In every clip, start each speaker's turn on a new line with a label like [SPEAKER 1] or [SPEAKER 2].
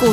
[SPEAKER 1] 股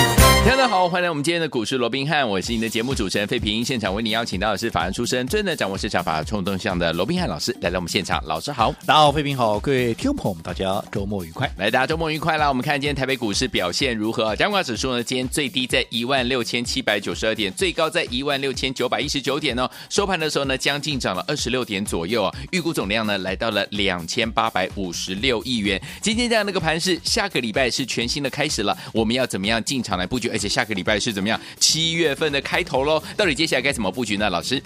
[SPEAKER 2] 大家好，欢迎来我们今天的股市罗宾汉，我是你的节目主持人费平。现场为你邀请到的是法案出身、最能掌握市场法冲动向的罗宾汉老师，来到我们现场。老师好，
[SPEAKER 3] 大家好，飞平好，各位听众朋友们，大家周末愉快。
[SPEAKER 2] 来大家周末愉快啦！我们看今天台北股市表现如何？加权指数呢，今天最低在一万六千七百九十二点，最高在一万六千九百一十九点哦。收盘的时候呢，将近涨了二十六点左右啊、预估总量呢来到了两千八百五十六亿元。今天这样的一个盘势，下个礼拜是全新的开始了，我们要怎么样进场来布局？而且下个礼拜是怎么样？七月份的开头喽，到底接下来该怎么布局呢？老师，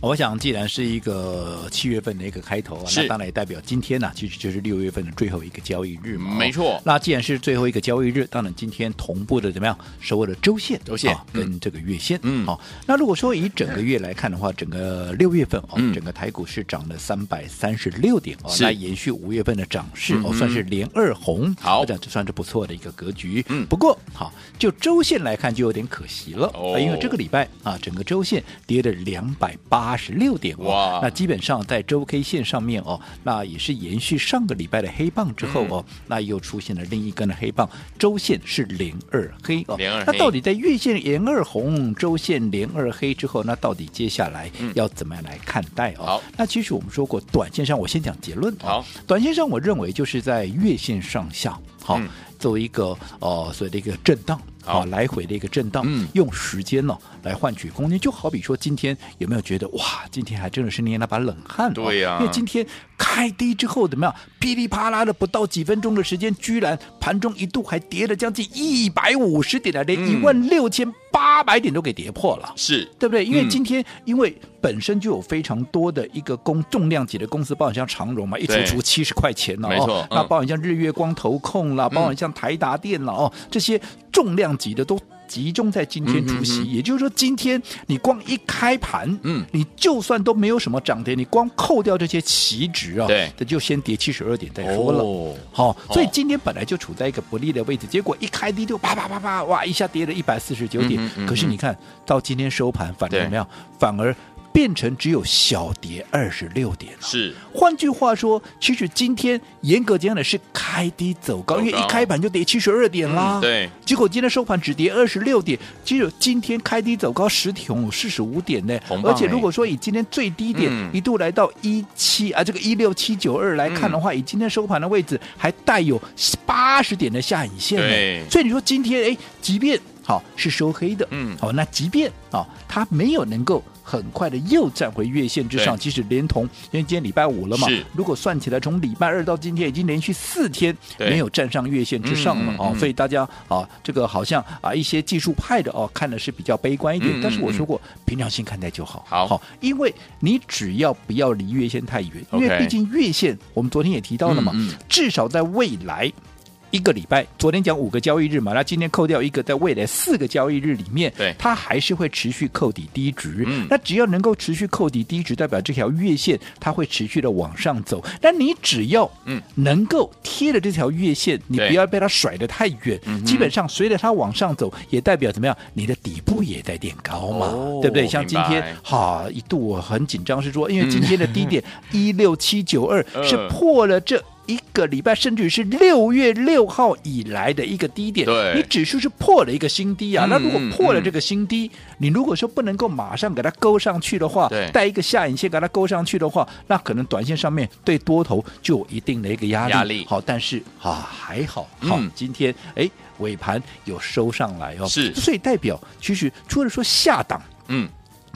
[SPEAKER 3] 我想，既然是一个七月份的一个开头啊，
[SPEAKER 2] 是
[SPEAKER 3] 那当然也代表今天呢、其实就是六月份的最后一个交易日嘛。
[SPEAKER 2] 嗯
[SPEAKER 3] 哦
[SPEAKER 2] 没错
[SPEAKER 3] 那既然是最后一个交易日，当然今天同步的怎么样？所有的周线、
[SPEAKER 2] 周线
[SPEAKER 3] 啊跟这个月线，
[SPEAKER 2] 嗯
[SPEAKER 3] 好、那如果说以整个月来看的话，整个六月份哦，
[SPEAKER 2] 嗯
[SPEAKER 3] 整个台股是涨了三百三十六点哦，
[SPEAKER 2] 是
[SPEAKER 3] 那延续五月份的涨势
[SPEAKER 2] 嗯
[SPEAKER 3] 哦，
[SPEAKER 2] 哼
[SPEAKER 3] 算是连二红，
[SPEAKER 2] 好
[SPEAKER 3] 我想这算是不错的一个格局。
[SPEAKER 2] 嗯
[SPEAKER 3] 不过好，就周线来看就有点可惜了，
[SPEAKER 2] 哦
[SPEAKER 3] 因为这个礼拜啊，整个周线跌了两百八十六点哦
[SPEAKER 2] 哇，
[SPEAKER 3] 那基本上在周 K 线上面哦，那也是延续上个礼拜的黑棒之后
[SPEAKER 2] 嗯
[SPEAKER 3] 哦，那又出现了另一根的黑棒，周线是零二黑哦，
[SPEAKER 2] 连二黑
[SPEAKER 3] 那到底在月线连二红，周线连二黑之后，那到底接下来要怎么样来看待哦？
[SPEAKER 2] 好
[SPEAKER 3] 那其实我们说过，短线上我先讲结论哦，
[SPEAKER 2] 好，
[SPEAKER 3] 短线上我认为就是在月线上下好。
[SPEAKER 2] 嗯
[SPEAKER 3] 作为一个呃所谓的一个震荡，
[SPEAKER 2] 好
[SPEAKER 3] 啊来回的一个震荡，
[SPEAKER 2] 嗯
[SPEAKER 3] 用时间呢、来换取空间，就好比说今天有没有觉得哇，今天还真的是捏了把冷汗、哦，
[SPEAKER 2] 对呀
[SPEAKER 3] 因为今天开低之后怎么样，噼里啪啦的不到几分钟的时间，居然盘中一度还跌了将近一百五十点啊，连一
[SPEAKER 2] 嗯
[SPEAKER 3] 万六千八百点都给跌破了。
[SPEAKER 2] 是
[SPEAKER 3] 对不对？因为
[SPEAKER 2] 嗯
[SPEAKER 3] 今天、因为本身就有非常多的一个公重量级的公司，包含像长荣嘛，一出
[SPEAKER 2] 对
[SPEAKER 3] 出七十块钱了
[SPEAKER 2] 没错
[SPEAKER 3] 哦，那
[SPEAKER 2] 嗯
[SPEAKER 3] 包含像日月光投控啦，包含像台达电啦哦，这些重量级的都。集中在今天出席，
[SPEAKER 2] 嗯哼
[SPEAKER 3] 也就是说，今天你光一开盘，
[SPEAKER 2] 嗯
[SPEAKER 3] 你就算都没有什么涨跌，你光扣掉这些期指啊，
[SPEAKER 2] 对
[SPEAKER 3] 这就先跌七十二点再说了。
[SPEAKER 2] 哦
[SPEAKER 3] 好、所以
[SPEAKER 2] 哦
[SPEAKER 3] 今天本来就处在一个不利的位置，结果一开低就啪啪啪啪，哇，一下跌了一百四十九点。
[SPEAKER 2] 嗯哼嗯哼
[SPEAKER 3] 可是你看到今天收盘，反而
[SPEAKER 2] 对
[SPEAKER 3] 怎么样？反而变成只有小跌二十六点了。
[SPEAKER 2] 是
[SPEAKER 3] 换句话说，其实今天严格讲的是开低走高，
[SPEAKER 2] 走高
[SPEAKER 3] 因为一开盘就跌七十二点啦、
[SPEAKER 2] 嗯对，
[SPEAKER 3] 结果今天收盘只跌二十六点，只有今天开低走高十点四十五点呢
[SPEAKER 2] 红。棒
[SPEAKER 3] 而且
[SPEAKER 2] 哎
[SPEAKER 3] 如果说以今天最低点
[SPEAKER 2] 嗯
[SPEAKER 3] 一度来到一七、啊，这个一六七九二来看的
[SPEAKER 2] 嗯
[SPEAKER 3] 话，以今天收盘的位置还带有八十点的下影线
[SPEAKER 2] 对
[SPEAKER 3] 呢。所以你说今天哎，即便好是收黑的，
[SPEAKER 2] 嗯
[SPEAKER 3] 好、那即便啊、它没有能够很快的又站回月线之上，
[SPEAKER 2] 对
[SPEAKER 3] 即使连同因为今天礼拜五了嘛
[SPEAKER 2] 是，
[SPEAKER 3] 如果算起来从礼拜二到今天已经连续四天
[SPEAKER 2] 对
[SPEAKER 3] 没有站上月线之上了
[SPEAKER 2] 嗯嗯
[SPEAKER 3] 哦
[SPEAKER 2] 嗯，
[SPEAKER 3] 所以大家啊，这个好像啊一些技术派的哦看的是比较悲观一点
[SPEAKER 2] 嗯嗯，
[SPEAKER 3] 但是我说过平常心看待就好，
[SPEAKER 2] 好
[SPEAKER 3] 因为你只要不要离月线太远，因
[SPEAKER 2] OK
[SPEAKER 3] 为毕竟月线我们昨天也提到了嘛
[SPEAKER 2] 嗯嗯，
[SPEAKER 3] 至少在未来。一个礼拜，昨天讲五个交易日嘛，那今天扣掉一个，在未来四个交易日里面，
[SPEAKER 2] 对
[SPEAKER 3] 它还是会持续扣底低值。
[SPEAKER 2] 嗯
[SPEAKER 3] 那只要能够持续扣底低值，代表这条月线它会持续的往上走。那你只要
[SPEAKER 2] 嗯
[SPEAKER 3] 能够贴着这条月线，你
[SPEAKER 2] 对嗯
[SPEAKER 3] 不要被它甩得太远。基本上随着它往上走，也代表怎么样？你的底部也在垫高嘛，
[SPEAKER 2] 哦
[SPEAKER 3] 对不对？像今
[SPEAKER 2] 明
[SPEAKER 3] 天
[SPEAKER 2] 白
[SPEAKER 3] 哈、一度我很紧张，是说因 为今天的低点一六七九二
[SPEAKER 2] 呃
[SPEAKER 3] 是破了这。一个礼拜，甚至于是六月六号以来的一个低点，
[SPEAKER 2] 对
[SPEAKER 3] 你指数是破了一个新低啊。
[SPEAKER 2] 嗯
[SPEAKER 3] 那如果
[SPEAKER 2] 嗯
[SPEAKER 3] 破了
[SPEAKER 2] 嗯
[SPEAKER 3] 这个新低，你如果说不能够马上给它勾上去的话
[SPEAKER 2] 对，
[SPEAKER 3] 带一个下影线给它勾上去的话，那可能短线上面对多头就有一定的一个压力。
[SPEAKER 2] 压力
[SPEAKER 3] 好，但是啊，还好，好，
[SPEAKER 2] 嗯
[SPEAKER 3] 今天哎尾盘有收上来哦，
[SPEAKER 2] 是
[SPEAKER 3] 所以代表其实除了说下档。
[SPEAKER 2] 嗯，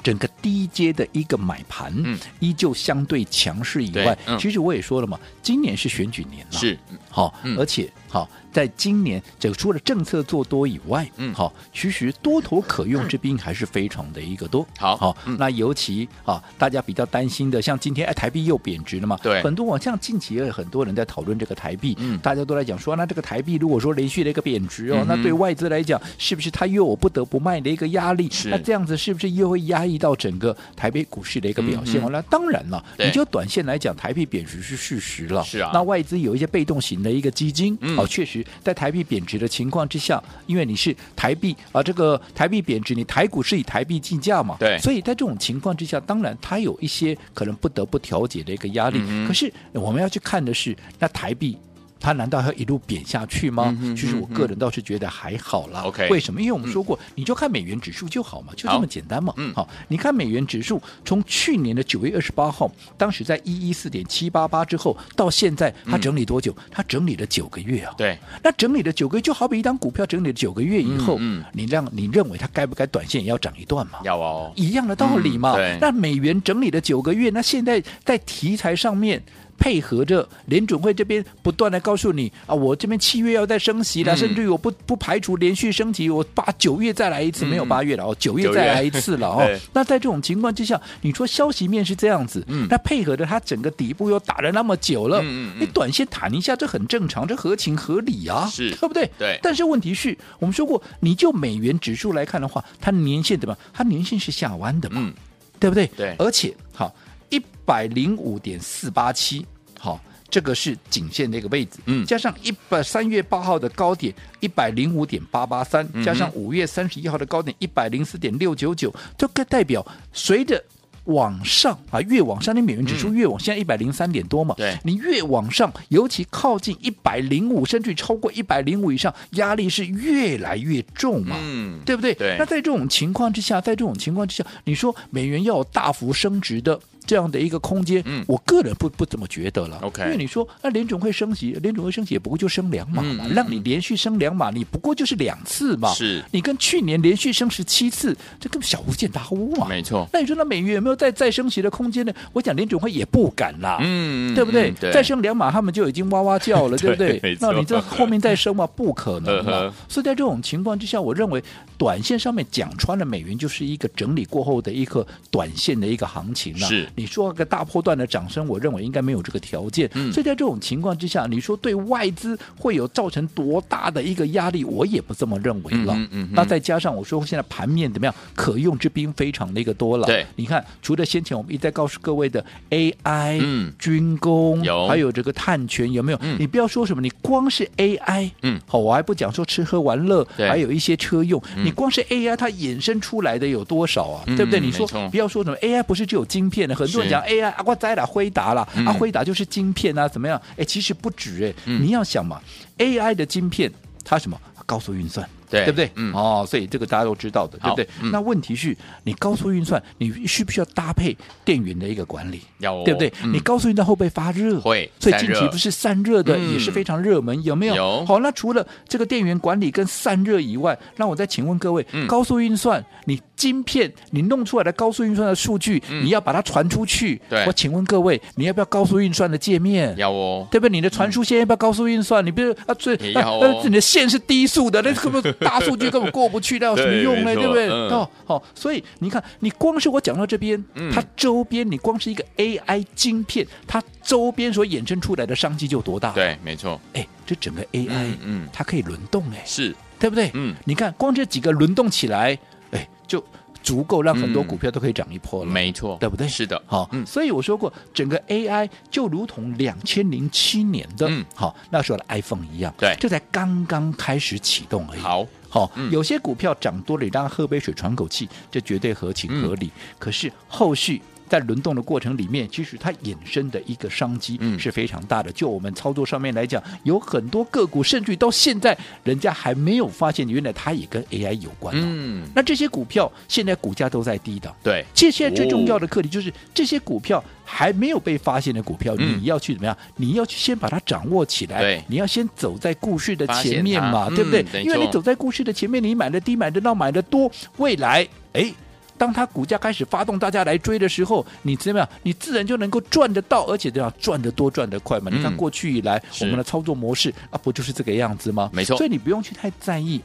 [SPEAKER 3] 整个低阶的一个买盘，
[SPEAKER 2] 嗯
[SPEAKER 3] 依旧相对强势以外
[SPEAKER 2] 对，嗯
[SPEAKER 3] 其实我也说了嘛，今年是选举年了，
[SPEAKER 2] 是
[SPEAKER 3] 好、
[SPEAKER 2] 嗯
[SPEAKER 3] 而且好，在今年这个除了政策做多以外，
[SPEAKER 2] 嗯
[SPEAKER 3] 好，其实多头可用之兵还是非常的一个多。
[SPEAKER 2] 好
[SPEAKER 3] 好，
[SPEAKER 2] 嗯
[SPEAKER 3] 那尤其啊，大家比较担心的，像今天哎，台币又贬值了嘛，
[SPEAKER 2] 对
[SPEAKER 3] 很多网像近期也很多人在讨论这个台币，
[SPEAKER 2] 嗯
[SPEAKER 3] 大家都在讲说，那这个台币如果说连续的一个贬值哦，
[SPEAKER 2] 嗯哼
[SPEAKER 3] 那对外资来讲，是不是它又有不得不卖的一个压力？
[SPEAKER 2] 是
[SPEAKER 3] 那这样子是不是又会压抑到整个台北股市的一个表现？
[SPEAKER 2] 嗯
[SPEAKER 3] 哦，那当然了，
[SPEAKER 2] 对
[SPEAKER 3] 你就短线来讲，台币贬值是事实了，
[SPEAKER 2] 是啊
[SPEAKER 3] 那外资有一些被动型的一个基金，
[SPEAKER 2] 嗯
[SPEAKER 3] 哦，确实在台币贬值的情况之下，因为你是台币啊，这个台币贬值，你台股是以台币计价嘛，
[SPEAKER 2] 对
[SPEAKER 3] 所以在这种情况之下，当然它有一些可能不得不调节的一个压力。
[SPEAKER 2] 嗯哼
[SPEAKER 3] 可是我们要去看的是，那台币。它难道还要一路贬下去吗
[SPEAKER 2] 嗯？哼
[SPEAKER 3] 其实我
[SPEAKER 2] 嗯哼
[SPEAKER 3] 个人倒是觉得还好啦。
[SPEAKER 2] OK 嗯
[SPEAKER 3] 为什么？因为我们说过，你就看美元指数就好嘛，就
[SPEAKER 2] 好
[SPEAKER 3] 这么简单嘛。
[SPEAKER 2] 嗯
[SPEAKER 3] 好，你看美元指数从去年的九月二十八号，当时在一一四点七八八之后，到现在它整理多久？
[SPEAKER 2] 嗯
[SPEAKER 3] 它整理了九个月啊。
[SPEAKER 2] 对，
[SPEAKER 3] 那整理了九个月，就好比一档股票整理了九个月以后，
[SPEAKER 2] 嗯嗯
[SPEAKER 3] 你让你认为它该不该短线也要涨一段嘛？
[SPEAKER 2] 要哦，
[SPEAKER 3] 一样的道理嘛。
[SPEAKER 2] 嗯对
[SPEAKER 3] 那美元整理了九个月，那现在在题材上面。配合着联准会这边不断的告诉你啊，我这边七月要再升息了，
[SPEAKER 2] 嗯
[SPEAKER 3] 甚至于我不不排除连续升级，我八九月再来一次，
[SPEAKER 2] 嗯
[SPEAKER 3] 没有八月了哦，九
[SPEAKER 2] 九
[SPEAKER 3] 月
[SPEAKER 2] 月
[SPEAKER 3] 再来一次了哦
[SPEAKER 2] 对。
[SPEAKER 3] 那在这种情况之下，你说消息面是这样子，
[SPEAKER 2] 嗯
[SPEAKER 3] 那配合着它整个底部又打了那么久了，
[SPEAKER 2] 嗯嗯嗯
[SPEAKER 3] 你短线谈一下，这很正常，这合情合理啊，
[SPEAKER 2] 是
[SPEAKER 3] 对不对？
[SPEAKER 2] 对
[SPEAKER 3] 但是问题是我们说过，你就美元指数来看的话，它年限怎么样？它年限是下弯的嘛，
[SPEAKER 2] 嗯，
[SPEAKER 3] 对不对？
[SPEAKER 2] 对
[SPEAKER 3] 而且好，一百零五点四八七，好，这个是颈线的一个位置。
[SPEAKER 2] 嗯
[SPEAKER 3] 加上一百三月八号的高点一百零五点八八三
[SPEAKER 2] 嗯哼，
[SPEAKER 3] 加上五月三十一号的高点一百零四点六九九，这个代表随着。往上啊，越往上，你美元指数越往，现在一百零三点多嘛，
[SPEAKER 2] 嗯对
[SPEAKER 3] 你越往上，尤其靠近一百零五，甚至于超过一百零五以上，压力是越来越重嘛，
[SPEAKER 2] 嗯，
[SPEAKER 3] 对不对？
[SPEAKER 2] 对
[SPEAKER 3] 那在这种情况之下，在这种情况之下，你说美元要有大幅升值的这样的一个空间，
[SPEAKER 2] 嗯
[SPEAKER 3] 我个人不不怎么觉得了。
[SPEAKER 2] OK
[SPEAKER 3] 因为你说那联总会升息，联总会升息也不过就升两码嘛，
[SPEAKER 2] 嗯嗯
[SPEAKER 3] 让你连续升两码，你不过就是两次嘛。
[SPEAKER 2] 是
[SPEAKER 3] 你跟去年连续升十七次，这根本小巫见大巫嘛。
[SPEAKER 2] 没错，
[SPEAKER 3] 那你说那美元有没有再再升息的空间呢？我讲联总会也不敢啦。
[SPEAKER 2] 嗯，
[SPEAKER 3] 啊对不对
[SPEAKER 2] 嗯？对，
[SPEAKER 3] 再升两码，他们就已经哇哇叫 了，对不
[SPEAKER 2] 对
[SPEAKER 3] 对？
[SPEAKER 2] 没错嗯
[SPEAKER 3] 那你这后面再升嘛，不可能
[SPEAKER 2] 呵
[SPEAKER 3] 嘛
[SPEAKER 2] 呵。
[SPEAKER 3] 所以在这种情况之下，我认为短线上面讲穿了，美元就是一个整理过后的一个短线的一个行情了。
[SPEAKER 2] 是
[SPEAKER 3] 你说个大波段的涨升，我认为应该没有这个条件。
[SPEAKER 2] 嗯
[SPEAKER 3] 所以在这种情况之下，你说对外资会有造成多大的一个压力，我也不这么认为了。
[SPEAKER 2] 嗯嗯嗯嗯
[SPEAKER 3] 那再加上我说现在盘面怎么样，可用之兵非常的一个多了。
[SPEAKER 2] 对
[SPEAKER 3] 你看，除了先前我们一再告诉各位的 AI、
[SPEAKER 2] 嗯
[SPEAKER 3] 军工，
[SPEAKER 2] 有
[SPEAKER 3] 还有这个碳权，有没有？
[SPEAKER 2] 嗯
[SPEAKER 3] 你不要说什么，你光是 AI，
[SPEAKER 2] 嗯
[SPEAKER 3] 好，我还不讲说吃喝玩乐，
[SPEAKER 2] 对
[SPEAKER 3] 还有一些车用，你光是 AI 它衍生出来的有多少啊？
[SPEAKER 2] 嗯
[SPEAKER 3] 对不对？你
[SPEAKER 2] 没
[SPEAKER 3] 说
[SPEAKER 2] 错
[SPEAKER 3] 不要说什么 AI 不是只有晶片的，很多人
[SPEAKER 2] 是
[SPEAKER 3] 讲 AI 啊，我栽了辉达啦，
[SPEAKER 2] 嗯
[SPEAKER 3] 啊，辉达就是晶片啊，怎么样？哎，其实不止哎，
[SPEAKER 2] 嗯
[SPEAKER 3] 你要想嘛，AI 的晶片它什么高速运算。
[SPEAKER 2] 对
[SPEAKER 3] 对不对？
[SPEAKER 2] 嗯
[SPEAKER 3] 哦，所以这个大家都知道的，对
[SPEAKER 2] 好
[SPEAKER 3] 不对？
[SPEAKER 2] 嗯
[SPEAKER 3] 那问题是你高速运算，你需不需要搭配电源的一个管理？
[SPEAKER 2] 要哦
[SPEAKER 3] 对不对？
[SPEAKER 2] 嗯
[SPEAKER 3] 你高速运动会不会发热？
[SPEAKER 2] 会
[SPEAKER 3] 所以
[SPEAKER 2] 散
[SPEAKER 3] 近
[SPEAKER 2] 热
[SPEAKER 3] 期不是散热的
[SPEAKER 2] 嗯
[SPEAKER 3] 也是非常热门，有没有？
[SPEAKER 2] 有
[SPEAKER 3] 好，那除了这个电源管理跟散热以外，那我再请问各位
[SPEAKER 2] 嗯，
[SPEAKER 3] 高速运算，你晶片你弄出来的高速运算的数据，你要把它传出去。
[SPEAKER 2] 嗯对
[SPEAKER 3] 我请问各位，你要不要高速运算的界面？
[SPEAKER 2] 要哦，
[SPEAKER 3] 对不对？你的传输线要不要高速运算？你不是啊，最
[SPEAKER 2] 也
[SPEAKER 3] 啊
[SPEAKER 2] 要哦
[SPEAKER 3] 呃你的线是低速的，那根本大数据根本过不去，那有什么
[SPEAKER 2] 对
[SPEAKER 3] 用呢？
[SPEAKER 2] 没错
[SPEAKER 3] 对不对？
[SPEAKER 2] 嗯
[SPEAKER 3] 哦，好，所以你看，你光是我讲到这边，
[SPEAKER 2] 嗯
[SPEAKER 3] 它周边你光是一个 AI 晶片，它周边所衍生出来的商机就多大？，
[SPEAKER 2] 对，没错，
[SPEAKER 3] 哎，这整个 AI、
[SPEAKER 2] 嗯嗯，
[SPEAKER 3] 它可以轮动哎，
[SPEAKER 2] 是，
[SPEAKER 3] 对不对？
[SPEAKER 2] 嗯，
[SPEAKER 3] 你看光这几个轮动起来，哎，就足够让很多
[SPEAKER 2] 嗯
[SPEAKER 3] 股票都可以涨一波了。
[SPEAKER 2] 没错，
[SPEAKER 3] 对不对
[SPEAKER 2] 是的，
[SPEAKER 3] 好、
[SPEAKER 2] 嗯
[SPEAKER 3] 所以我说过，整个 AI 就如同两千零七年的
[SPEAKER 2] 嗯
[SPEAKER 3] 好、那时候的 iPhone 一样，
[SPEAKER 2] 对
[SPEAKER 3] 这才刚刚开始启动而已。
[SPEAKER 2] 好，
[SPEAKER 3] 好、
[SPEAKER 2] 嗯
[SPEAKER 3] 有些股票涨多了，你让它喝杯水喘口气，这绝对合情合理。
[SPEAKER 2] 嗯
[SPEAKER 3] 可是后续。在轮动的过程里面，其实它衍生的一个商机
[SPEAKER 2] 嗯
[SPEAKER 3] 是非常大的。就我们操作上面来讲，有很多个股，甚至于到现在，人家还没有发现，原来它也跟 AI 有关、哦。
[SPEAKER 2] 嗯，
[SPEAKER 3] 那这些股票现在股价都在低档，
[SPEAKER 2] 对，
[SPEAKER 3] 这现在最重要
[SPEAKER 2] 的，
[SPEAKER 3] 的课题就是这些股票还没有被发现的股票，
[SPEAKER 2] 嗯
[SPEAKER 3] 你要去怎么样？你要去先把它掌握起来
[SPEAKER 2] 对，
[SPEAKER 3] 你要先走在故事的
[SPEAKER 2] 发现
[SPEAKER 3] 前面
[SPEAKER 2] 它
[SPEAKER 3] 嘛，
[SPEAKER 2] 嗯
[SPEAKER 3] 对不对
[SPEAKER 2] 没？
[SPEAKER 3] 因为
[SPEAKER 2] 错
[SPEAKER 3] 你走在故事的前面，你买的低，买的到，买的多，未来哎。当它股价开始发动，大家来追的时候，你怎么样？你自然就能够赚得到，而且这样赚得多，赚得快嘛。你看
[SPEAKER 2] 嗯
[SPEAKER 3] 过去以来
[SPEAKER 2] 是
[SPEAKER 3] 我们的操作模式啊，不就是这个样子吗？
[SPEAKER 2] 没错
[SPEAKER 3] 所以你不用去太在意。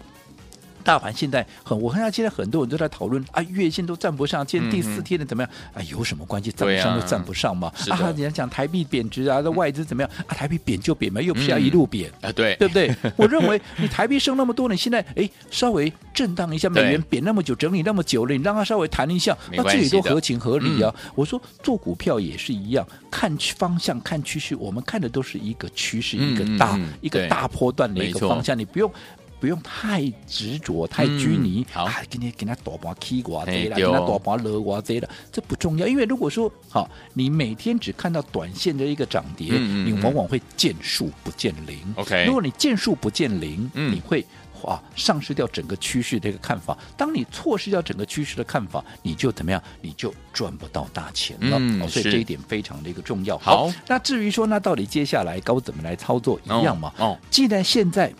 [SPEAKER 3] 大盘现在很，我看到现在很多人都在讨论啊，月线都站不上，今天第
[SPEAKER 2] 嗯
[SPEAKER 3] 四
[SPEAKER 2] 哼
[SPEAKER 3] 天了怎么样？啊，有什么关系？站不
[SPEAKER 2] 对
[SPEAKER 3] 上
[SPEAKER 2] 啊
[SPEAKER 3] 就站不上嘛。
[SPEAKER 2] 是的嗯
[SPEAKER 3] 啊，人家讲台币贬值啊，那外资怎么样？啊，台币贬就贬嘛，又不是要一路贬。
[SPEAKER 2] 啊，对，
[SPEAKER 3] 对不对？ 我认为你台币升那么多，你现在哎稍微震荡一下，美
[SPEAKER 2] 对
[SPEAKER 3] 元贬那么久，整理那么久了，你让它稍微弹一下，
[SPEAKER 2] 没
[SPEAKER 3] 那这
[SPEAKER 2] 关
[SPEAKER 3] 也
[SPEAKER 2] 系
[SPEAKER 3] 都
[SPEAKER 2] 的嗯
[SPEAKER 3] 合情合理啊。我说做股票也是一样，看趋方向、看趋势，我们看的都是一个趋势，
[SPEAKER 2] 嗯嗯
[SPEAKER 3] 一个大
[SPEAKER 2] 嗯
[SPEAKER 3] 一个
[SPEAKER 2] 对
[SPEAKER 3] 大波段的一
[SPEAKER 2] 没
[SPEAKER 3] 个
[SPEAKER 2] 错
[SPEAKER 3] 方向，你不用。不用太执着、太拘泥。
[SPEAKER 2] 嗯好
[SPEAKER 3] 啊，今天给他大盘起我这
[SPEAKER 2] 嘿
[SPEAKER 3] 啦，
[SPEAKER 2] 对
[SPEAKER 3] 给
[SPEAKER 2] 哦
[SPEAKER 3] 他大盘落我这啦，这不重要。因为如果说好，你每天只看到短线的一个涨跌，
[SPEAKER 2] 嗯嗯
[SPEAKER 3] 你
[SPEAKER 2] 嗯
[SPEAKER 3] 往往会见树不见林。
[SPEAKER 2] OK
[SPEAKER 3] 如果你见树不见林，
[SPEAKER 2] 嗯
[SPEAKER 3] 你会啊丧失掉整个趋势的一个看法。当你错失掉整个趋势的看法，你就怎么样？你就赚不到大钱了。
[SPEAKER 2] 嗯
[SPEAKER 3] 哦所以
[SPEAKER 2] 是
[SPEAKER 3] 这一点非常的一个重要。
[SPEAKER 2] 好
[SPEAKER 3] 那至于说那到底接下来该怎么来操作，一
[SPEAKER 2] 哦
[SPEAKER 3] 样嘛。
[SPEAKER 2] 哦，
[SPEAKER 3] 既然现在。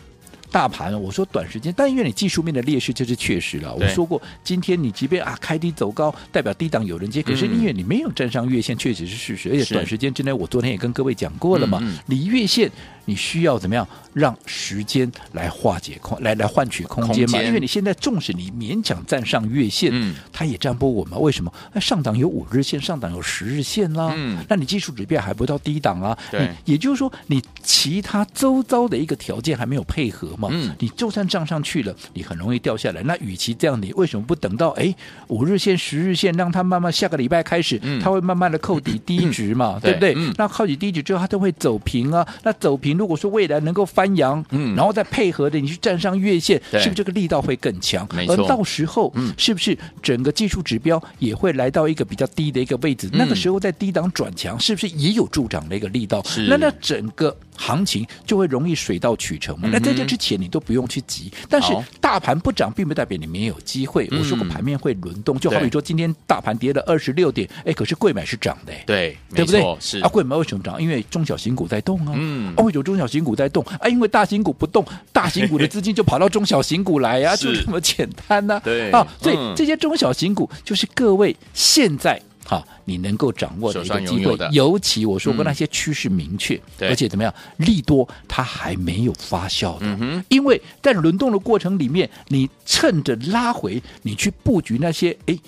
[SPEAKER 3] 大盘，我说短时间，但因为你技术面的劣势，这是确实了。我
[SPEAKER 2] 对
[SPEAKER 3] 说过，今天你即便啊开低走高，代表低档有人接，可是
[SPEAKER 2] 嗯
[SPEAKER 3] 因为你没有站上月线，确实是事实。而
[SPEAKER 2] 是
[SPEAKER 3] 且短时间之内，我昨天也跟各位讲过了嘛，
[SPEAKER 2] 嗯嗯
[SPEAKER 3] 离月线你需要怎么样让时间来化解空，来来换取空间嘛？
[SPEAKER 2] 空间
[SPEAKER 3] 因为你现在纵使你勉强站上月线，
[SPEAKER 2] 嗯
[SPEAKER 3] 它也站不稳嘛。为什么？那上档有五日线，上档有十日线啦，
[SPEAKER 2] 嗯
[SPEAKER 3] 那你技术指标还不到低档啦，
[SPEAKER 2] 对
[SPEAKER 3] 你也就是说，你其他周遭的一个条件还没有配合嘛，
[SPEAKER 2] 嗯
[SPEAKER 3] 你就算涨上去了，你很容易掉下来。那与其这样，你为什么不等到哎五日线、十日线，让它慢慢下个礼拜开始，
[SPEAKER 2] 嗯
[SPEAKER 3] 它会慢慢的扣底低值嘛，对不
[SPEAKER 2] 对
[SPEAKER 3] 对？
[SPEAKER 2] 嗯
[SPEAKER 3] 那靠底低值之后，它都会走平啊。那走平，如果说未来能够翻阳，
[SPEAKER 2] 嗯
[SPEAKER 3] 然后再配合的你去站上月线，
[SPEAKER 2] 对
[SPEAKER 3] 是不是这个力道会更强？
[SPEAKER 2] 没
[SPEAKER 3] 而
[SPEAKER 2] 错
[SPEAKER 3] 到时候，
[SPEAKER 2] 嗯
[SPEAKER 3] 是不是整个技术指标也会来到一个比较低的一个位置？
[SPEAKER 2] 嗯
[SPEAKER 3] 那个时候在低档转强，是不是也有助长的一个力道
[SPEAKER 2] 是？
[SPEAKER 3] 那那整个行情就会容易水到渠成嘛？
[SPEAKER 2] 嗯哼
[SPEAKER 3] 那在这之前你都不用去急，但是
[SPEAKER 2] 好
[SPEAKER 3] 大盘不涨，并不代表你没有机会。
[SPEAKER 2] 嗯
[SPEAKER 3] 我说过盘面会轮动，就好
[SPEAKER 2] 对
[SPEAKER 3] 比说今天大盘跌了二十六点，哎，可是贵买是涨的，哎
[SPEAKER 2] 对，
[SPEAKER 3] 对
[SPEAKER 2] 没
[SPEAKER 3] 不对
[SPEAKER 2] 错，？是
[SPEAKER 3] 啊，贵买为什么涨？因为中小型股在动啊。
[SPEAKER 2] 嗯
[SPEAKER 3] 哦，有中小型股在动啊，因为大型股不动，大型股的资金就跑到中小型股来 啊，
[SPEAKER 2] 是
[SPEAKER 3] 就这么简单呢、
[SPEAKER 2] 对
[SPEAKER 3] 啊，所以
[SPEAKER 2] 嗯
[SPEAKER 3] 这些中小型股就是各位现在。哈，你能够掌握的一
[SPEAKER 2] 手
[SPEAKER 3] 个
[SPEAKER 2] 上
[SPEAKER 3] 机
[SPEAKER 2] 拥有
[SPEAKER 3] 会
[SPEAKER 2] 的，
[SPEAKER 3] 尤其我说过
[SPEAKER 2] 嗯
[SPEAKER 3] 那些趋势明确，
[SPEAKER 2] 对
[SPEAKER 3] 而且怎么样，利多它还没有发酵的，
[SPEAKER 2] 嗯哼
[SPEAKER 3] 因为在轮动的过程里面，你趁着拉回，你去布局那些诶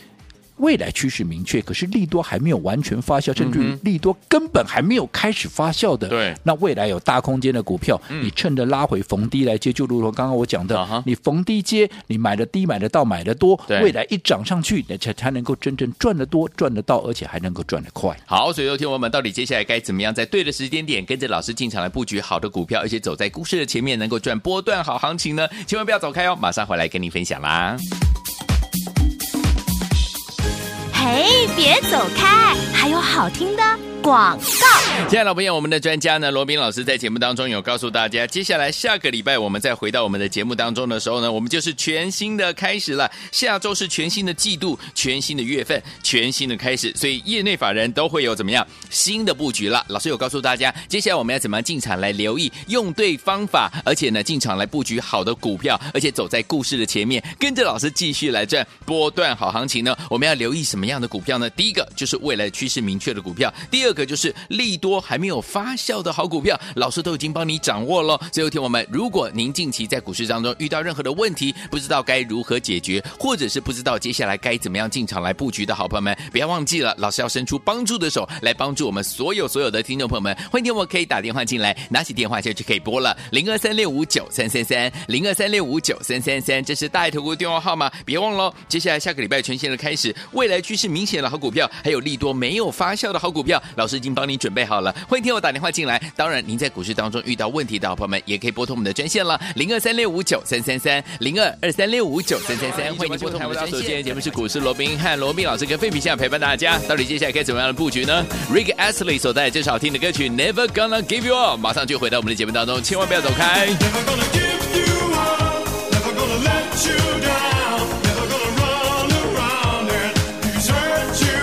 [SPEAKER 3] 未来趋势明确，可是利多还没有完全发酵，甚至
[SPEAKER 2] 嗯
[SPEAKER 3] 于
[SPEAKER 2] 哼
[SPEAKER 3] 利多根本还没有开始发酵的，
[SPEAKER 2] 对
[SPEAKER 3] 那未来有大空间的股票，
[SPEAKER 2] 嗯
[SPEAKER 3] 你趁着拉回逢低来接，就如同刚刚我讲的，
[SPEAKER 2] 啊哈
[SPEAKER 3] 你逢低接，你买的低，买的到，买的多，
[SPEAKER 2] 对
[SPEAKER 3] 未来一涨上去，你才才能够真正赚得多，赚得到，而且还能够赚得快。
[SPEAKER 2] 好，所以有听我们到底接下来该怎么样在对的时间点跟着老师进场来布局好的股票，而且走在股市的前面，能够赚波段好行情呢？千万不要走开哦，马上回来跟您分享啦。
[SPEAKER 1] 嘿，别走开，还有好听的广告。
[SPEAKER 2] 亲爱的朋友，我们的专家呢，罗斌老师在节目当中有告诉大家，接下来下个礼拜我们再回到我们的节目当中的时候呢，我们就是全新的开始了。下周是全新的季度、全新的月份、全新的开始，所以业内法人都会有怎么样新的布局了。老师有告诉大家，接下来我们要怎么样进场来留意，用对方法，而且呢进场来布局好的股票，而且走在故事的前面，跟着老师继续来赚波段好行情呢。我们要留意什么样的股票呢？第一个就是未来趋势明确的股票，第二个就是利多还没有发酵的好股票，老师都已经帮你掌握了。最后听我们，如果您近期在股市当中遇到任何的问题，不知道该如何解决，或者是不知道接下来该怎么样进场来布局的好朋友们，不要忘记了，老师要伸出帮助的手来帮助我们所有所有的听众朋友们。欢迎听我可以打电话进来，拿起电话现在就可以拨了零二三六五九三三三零二三六五九三三三，这是大爱投顾电话号码，别忘了。哦接下来下个礼拜全线的开始，未来趋势明显的好股票，还有利多没有发酵的好股票，老师已经帮你准备好了。欢迎听我打电话进来。当然，您在股市当中遇到问题的好朋友们，也可以拨通我们的专线了，零二三六五九三三三零二二三六五九三三三，欢迎您拨通我们的专线。今天节目是股市罗宾和罗宾老师跟费比相陪伴大家，到底接下来该怎么样的布局呢？Rick Astley 所带来这首好听的歌曲《Never Gonna Give You Up》，马上就回到我们的节目当中，千万不要走开。
[SPEAKER 4] Never gonna give you up, never gonna let you down, never gonna run around and desert you,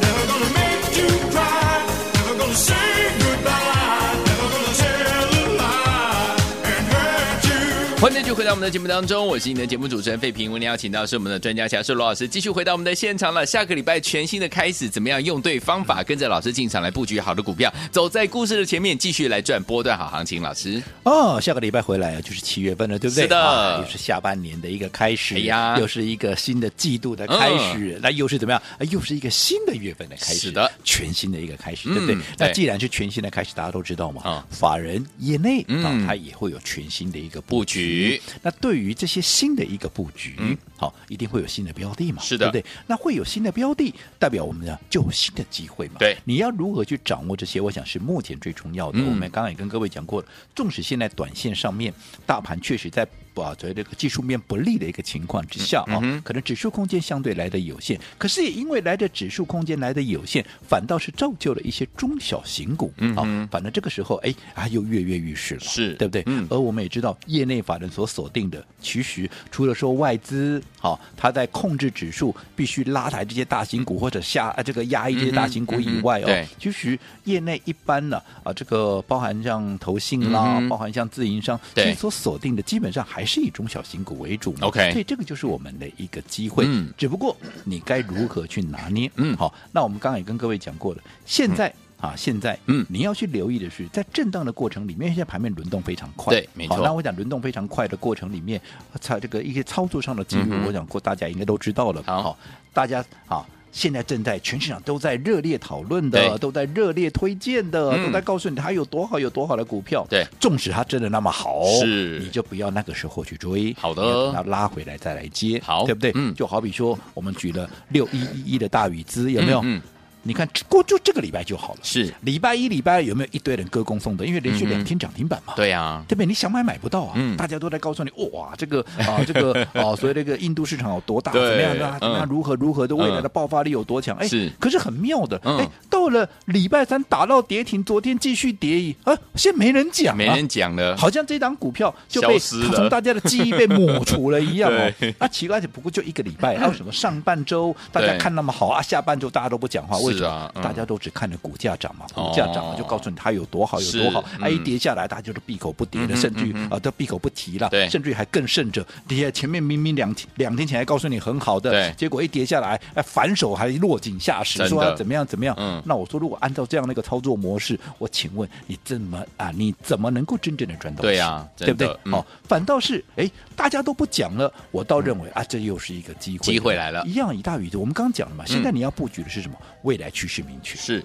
[SPEAKER 4] never gonna make you cry, never gonna say goodbye, never gonna tell a lie and hurt you.
[SPEAKER 2] 欢迎那就回到我们的节目当中，我是你的节目主持人费平。我们邀请到是我们的专家侠士罗老师，继续回到我们的现场了。下个礼拜全新的开始，怎么样用对方法，跟着老师进场来布局好的股票，走在故事的前面，继续来赚波段好啊行情。老师，
[SPEAKER 3] 哦，下个礼拜回来啊，就是七月份了，对不对？
[SPEAKER 2] 是的
[SPEAKER 3] 啊又是下半年的一个开始，
[SPEAKER 2] 哎呀嗯
[SPEAKER 3] 又是一个新的季度的开始，那、又是怎么样？啊又是一个新的月份的开始，
[SPEAKER 2] 是的，
[SPEAKER 3] 全新的一个开始，
[SPEAKER 2] 嗯
[SPEAKER 3] 对不对？那
[SPEAKER 2] 对
[SPEAKER 3] 既然是全新的开始，大家都知道嘛，
[SPEAKER 2] 啊
[SPEAKER 3] 法人业内啊、
[SPEAKER 2] 嗯
[SPEAKER 3] 它也会有全新的一个
[SPEAKER 2] 布
[SPEAKER 3] 布
[SPEAKER 2] 局
[SPEAKER 3] 那对于这些新的一个布局，
[SPEAKER 2] 嗯
[SPEAKER 3] 好，一定会有新的标的嘛，
[SPEAKER 2] 是的
[SPEAKER 3] 对不对？那会有新的标的，代表我们呢就有新的机会嘛。
[SPEAKER 2] 对
[SPEAKER 3] 你要如何去掌握这些？我想是目前最重要的。
[SPEAKER 2] 嗯
[SPEAKER 3] 我们刚刚也跟各位讲过了，纵使现在短线上面大盘确实在啊，在这个技术面不利的一个情况之下
[SPEAKER 2] 嗯
[SPEAKER 3] 啊、
[SPEAKER 2] 哼
[SPEAKER 3] 可能指数空间相对来的有限，可是也因为来的指数空间来的有限，反倒是造就了一些中小型股
[SPEAKER 2] 嗯
[SPEAKER 3] 啊、
[SPEAKER 2] 哼
[SPEAKER 3] 反正这个时候哎啊又跃跃欲试了，
[SPEAKER 2] 是
[SPEAKER 3] 对不对？
[SPEAKER 2] 嗯
[SPEAKER 3] 而我们也知道，业内法人所锁定的，其实除了说外资好、它在控制指数，必须拉抬这些大型股或者下啊这个压抑这些大型股以外
[SPEAKER 2] 嗯哼
[SPEAKER 3] 哦，
[SPEAKER 2] 对
[SPEAKER 3] 其实业内一般呢啊这个包含像投信啦，
[SPEAKER 2] 嗯哼
[SPEAKER 3] 包含像自营商，其
[SPEAKER 2] 对
[SPEAKER 3] 实所锁定的基本上还是以中小型股为主嘛。
[SPEAKER 2] OK
[SPEAKER 3] 所以这个就是我们的一个机会，
[SPEAKER 2] 嗯
[SPEAKER 3] 只不过你该如何去拿捏？
[SPEAKER 2] 嗯
[SPEAKER 3] 好，那我们刚刚也跟各位讲过了，现在。啊，现在
[SPEAKER 2] 嗯
[SPEAKER 3] 你要去留意的是，在震荡的过程里面，现在盘面轮动非常快，
[SPEAKER 2] 对没错
[SPEAKER 3] 好那我讲轮动非常快的过程里面，操这个一些操作上的机遇，
[SPEAKER 2] 嗯哼
[SPEAKER 3] 我讲过大家应该都知道了。
[SPEAKER 2] 好
[SPEAKER 3] 大家好。现在正在全市场都在热烈讨论
[SPEAKER 2] 对
[SPEAKER 3] 的，都在热烈推荐的，
[SPEAKER 2] 嗯
[SPEAKER 3] 都在告诉你它有多好有多好的股票。
[SPEAKER 2] 对，
[SPEAKER 3] 纵使它真的那么好，
[SPEAKER 2] 是
[SPEAKER 3] 你就不要那个时候去追。
[SPEAKER 2] 好的
[SPEAKER 3] 你要等它拉回来再来接，
[SPEAKER 2] 好
[SPEAKER 3] 对不对？
[SPEAKER 2] 嗯
[SPEAKER 3] 就好比说我们举了六一一一的大禹资，有没有？
[SPEAKER 2] 嗯嗯
[SPEAKER 3] 你看过就这个礼拜就好了。
[SPEAKER 2] 是
[SPEAKER 3] 礼拜一、礼拜二有没有一堆人歌功颂德？因为连续
[SPEAKER 2] 嗯
[SPEAKER 3] 两
[SPEAKER 2] 嗯
[SPEAKER 3] 天涨停板嘛。
[SPEAKER 2] 对啊，
[SPEAKER 3] 对不对？你想买买不到啊！
[SPEAKER 2] 嗯
[SPEAKER 3] 大家都在告诉你，哇，这个啊，这个 啊，所以这个印度市场有多大，怎
[SPEAKER 2] 对
[SPEAKER 3] 么样啊，怎么样
[SPEAKER 2] 嗯
[SPEAKER 3] 如何如何的，未来的
[SPEAKER 2] 嗯
[SPEAKER 3] 爆发力有多强？哎、
[SPEAKER 2] 是
[SPEAKER 3] 可是很妙的，哎、
[SPEAKER 2] 嗯
[SPEAKER 3] 到了礼拜三打到跌停，昨天继续跌一，啊，现在没人讲、啊，
[SPEAKER 2] 没人讲了，
[SPEAKER 3] 好像这档股票就被
[SPEAKER 2] 消失了
[SPEAKER 3] 从大家的记忆被抹除了一样哦
[SPEAKER 2] 对。
[SPEAKER 3] 那奇怪，不过就一个礼拜， 还有什么上半周大家
[SPEAKER 2] 对
[SPEAKER 3] 看那么好啊，下半周大家都不讲话，为什
[SPEAKER 2] 是啊
[SPEAKER 3] 么？
[SPEAKER 2] 嗯
[SPEAKER 3] 大家都只看着股价涨嘛，股价涨
[SPEAKER 2] 哦
[SPEAKER 3] 嘛就告诉你它有多好有多好
[SPEAKER 2] 是，
[SPEAKER 3] 哎，
[SPEAKER 2] 嗯
[SPEAKER 3] 一跌下来大家就是闭口不提
[SPEAKER 2] 嗯
[SPEAKER 3] 了，
[SPEAKER 2] 哼
[SPEAKER 3] 甚至于
[SPEAKER 2] 嗯哼
[SPEAKER 3] 啊都闭口不提了
[SPEAKER 2] 对，
[SPEAKER 3] 甚至于还更甚者，底下前面明明两天两天前还告诉你很好
[SPEAKER 2] 对
[SPEAKER 3] 的，结果一跌下来，哎，反手还落井下石
[SPEAKER 2] 真，的
[SPEAKER 3] 说要怎么样怎么样
[SPEAKER 2] 嗯。
[SPEAKER 3] 那我说，如果按照这样的一个操作模式，我请问你怎么啊？你怎么能够真正的赚到？
[SPEAKER 2] 对啊
[SPEAKER 3] 对不对
[SPEAKER 2] 真的？嗯
[SPEAKER 3] 哦，反倒是哎，大家都不讲了，我倒认为啊，这又是一个机会，
[SPEAKER 2] 机会来了嗯
[SPEAKER 3] 一样以大于的，我们刚刚讲了嘛，现在你要布局的是什么？未来趋势明确，
[SPEAKER 2] 是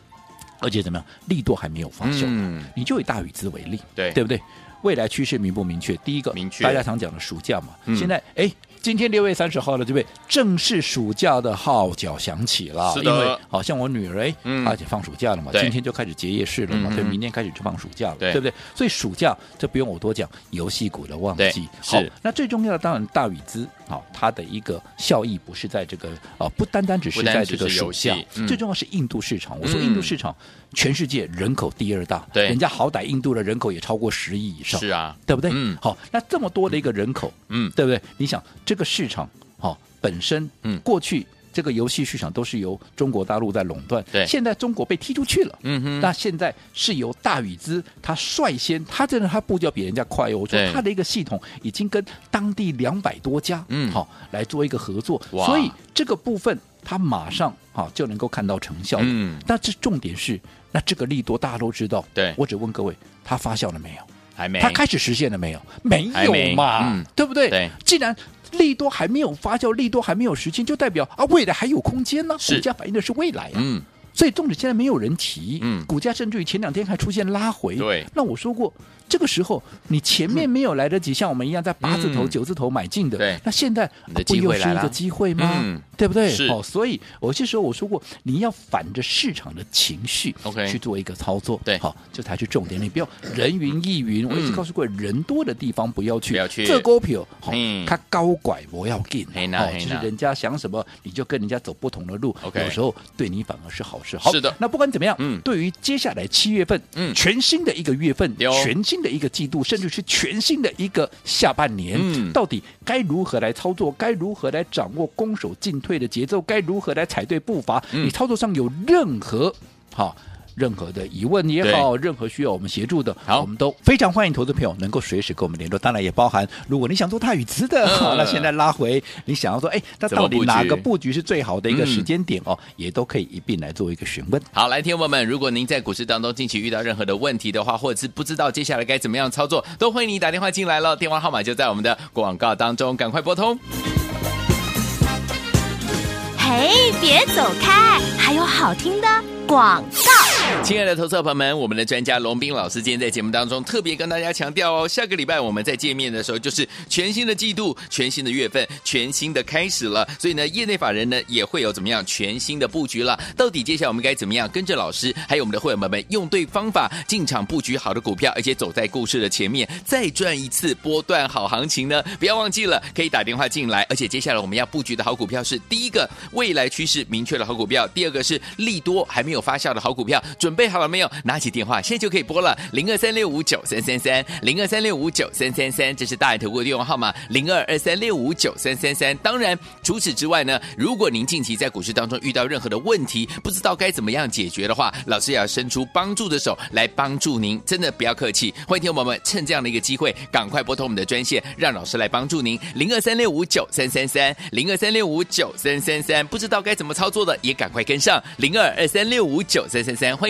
[SPEAKER 3] 而且怎么样，力度还没有发酵。
[SPEAKER 2] 嗯
[SPEAKER 3] 你就以大禹资为例，
[SPEAKER 2] 对
[SPEAKER 3] 对不对？未来趋势明不明确？第一个
[SPEAKER 2] 明确
[SPEAKER 3] 大家常讲的暑假嘛，
[SPEAKER 2] 嗯
[SPEAKER 3] 现在哎。今天六月三十号了，对不对？正是暑假的号角响起了，
[SPEAKER 2] 是的
[SPEAKER 3] 因为好像我女儿哎，
[SPEAKER 2] 嗯
[SPEAKER 3] 而且放暑假了嘛，
[SPEAKER 2] 对
[SPEAKER 3] 今天就开始结业式了嘛，
[SPEAKER 2] 嗯
[SPEAKER 3] 所以
[SPEAKER 2] 嗯
[SPEAKER 3] 明天开始就放暑假了，
[SPEAKER 2] 对
[SPEAKER 3] 不对？所以暑假这不用我多讲，游戏股的旺
[SPEAKER 2] 对
[SPEAKER 3] 季。
[SPEAKER 2] 是
[SPEAKER 3] 好，那最重要的当然大禹资，好，它的一个效益不是在这个啊，不单单只是
[SPEAKER 2] 不单
[SPEAKER 3] 在
[SPEAKER 2] 只
[SPEAKER 3] 这个
[SPEAKER 2] 是游
[SPEAKER 3] 暑假
[SPEAKER 2] 戏，嗯
[SPEAKER 3] 最重要是印度市场。我说印度市场全世界人口第二大，
[SPEAKER 2] 对
[SPEAKER 3] 人家好歹印度的人口也超过十亿以上，
[SPEAKER 2] 是啊，
[SPEAKER 3] 对不对？
[SPEAKER 2] 嗯
[SPEAKER 3] 好，那这么多的一个人口，
[SPEAKER 2] 嗯，
[SPEAKER 3] 对不对？你想这个市场，好、本身，
[SPEAKER 2] 嗯
[SPEAKER 3] 过去这个游戏市场都是由中国大陆在垄断，
[SPEAKER 2] 对
[SPEAKER 3] 现在中国被踢出去了，
[SPEAKER 2] 嗯哼
[SPEAKER 3] 那现在是由大禹资他率先，他真的他步调比人家快哦，我说
[SPEAKER 2] 对
[SPEAKER 3] 他的一个系统已经跟当地两百多家，
[SPEAKER 2] 嗯
[SPEAKER 3] 好、来做一个合作，
[SPEAKER 2] 哇
[SPEAKER 3] 所以这个部分他马上好、就能够看到成效，
[SPEAKER 2] 嗯
[SPEAKER 3] 但这重点是。那这个利多大家都知道，
[SPEAKER 2] 对
[SPEAKER 3] 我只问各位，它发酵了没有？
[SPEAKER 2] 还没
[SPEAKER 3] 它开始实现了没有？没
[SPEAKER 2] 还没
[SPEAKER 3] 有嘛，
[SPEAKER 2] 嗯
[SPEAKER 3] 对不对？
[SPEAKER 2] 对
[SPEAKER 3] 既然利多还没有发酵，利多还没有实现，就代表啊，未来还有空间呢、
[SPEAKER 2] 是
[SPEAKER 3] 股价反映的是未来啊呀、
[SPEAKER 2] 嗯
[SPEAKER 3] 所以，纵使现在没有人提，
[SPEAKER 2] 嗯
[SPEAKER 3] 股价甚至于前两天还出现拉回，
[SPEAKER 2] 对
[SPEAKER 3] 那我说过，这个时候你前面没有来得及像我们一样在八字头、
[SPEAKER 2] 嗯
[SPEAKER 3] 九字头买进的，
[SPEAKER 2] 对
[SPEAKER 3] 那现在、
[SPEAKER 2] 你
[SPEAKER 3] 啊
[SPEAKER 2] 的
[SPEAKER 3] 不
[SPEAKER 2] 机
[SPEAKER 3] 又
[SPEAKER 2] 会
[SPEAKER 3] 是
[SPEAKER 2] 来
[SPEAKER 3] 一
[SPEAKER 2] 了
[SPEAKER 3] 个机会吗？
[SPEAKER 2] 嗯
[SPEAKER 3] 对不对？
[SPEAKER 2] 是
[SPEAKER 3] 哦，所以有些时候我说过，你要反着市场的情绪
[SPEAKER 2] OK
[SPEAKER 3] 去做一个操作，
[SPEAKER 2] 对
[SPEAKER 3] 好、这才是重点。你不要人云亦云。我一直
[SPEAKER 2] 嗯
[SPEAKER 3] 告诉过，人多的地方不要去，
[SPEAKER 2] 不要去
[SPEAKER 3] 这股票，好、
[SPEAKER 2] 嗯
[SPEAKER 3] 它高拐不要进，
[SPEAKER 2] 嘿呐
[SPEAKER 3] 好
[SPEAKER 2] 嘿
[SPEAKER 3] 就是
[SPEAKER 2] 呐
[SPEAKER 3] 人家想什么，你就跟人家走不同的路。
[SPEAKER 2] OK
[SPEAKER 3] 有时候对你反而是好事。好，
[SPEAKER 2] 是的
[SPEAKER 3] 那不管怎么样，
[SPEAKER 2] 嗯
[SPEAKER 3] 对于接下来七月份，
[SPEAKER 2] 嗯
[SPEAKER 3] 全新的一个月份，
[SPEAKER 2] 有
[SPEAKER 3] 全新的一个季度，甚至是全新的一个下半年，
[SPEAKER 2] 嗯
[SPEAKER 3] 到底该如何来操作？该如何来掌握攻守进退的节奏？该如何来踩对步伐？
[SPEAKER 2] 嗯
[SPEAKER 3] 你操作上有任何好。任何的疑问也好，任何需要我们协助的，
[SPEAKER 2] 好
[SPEAKER 3] 我们都非常欢迎投资朋友能够随时跟我们联络。当然也包含，如果你想做大宇资的，
[SPEAKER 2] 嗯
[SPEAKER 3] 好那现在拉回，你想要说，哎，那
[SPEAKER 2] 怎么
[SPEAKER 3] 到
[SPEAKER 2] 布局
[SPEAKER 3] 底哪个布局是最好的一个时间点哦？也都可以一并来做一个询问。
[SPEAKER 2] 好，来，听众朋友们，如果您在股市当中近期遇到任何的问题的话，或者是不知道接下来该怎么样操作，都欢迎你打电话进来了，电话号码就在我们的广告当中，赶快拨通。
[SPEAKER 1] 嘿，别走开，还有好听的广告。
[SPEAKER 2] 亲爱的投资者朋友们，我们的专家龙斌老师今天在节目当中特别跟大家强调哦，下个礼拜我们在见面的时候就是全新的季度、全新的月份、全新的开始了，所以呢，业内法人呢也会有怎么样全新的布局了。到底接下来我们该怎么样跟着老师，还有我们的会员们们用对方法进场布局好的股票，而且走在故事的前面，再赚一次波段好行情呢？不要忘记了，可以打电话进来，而且接下来我们要布局的好股票是第一个未来趋势明确的好股票，第二个是利多还没有发酵的好股票，准备好了没有？拿起电话现在就可以拨了，零二三六五九三三三，零二三六五九三三三，这是大爱投顾的电话号码，零二二三六五九三三三。当然，除此之外呢，如果您近期在股市当中遇到任何的问题，不知道该怎么样解决的话，老师也要伸出帮助的手来帮助您，真的不要客气。欢迎听众朋友们趁这样的一个机会，赶快拨通我们的专线，让老师来帮助您，零二三六五九三三三，零二三六五九三三三。不知道该怎么操作的，也赶快跟上，零二二三六五九三三三，欢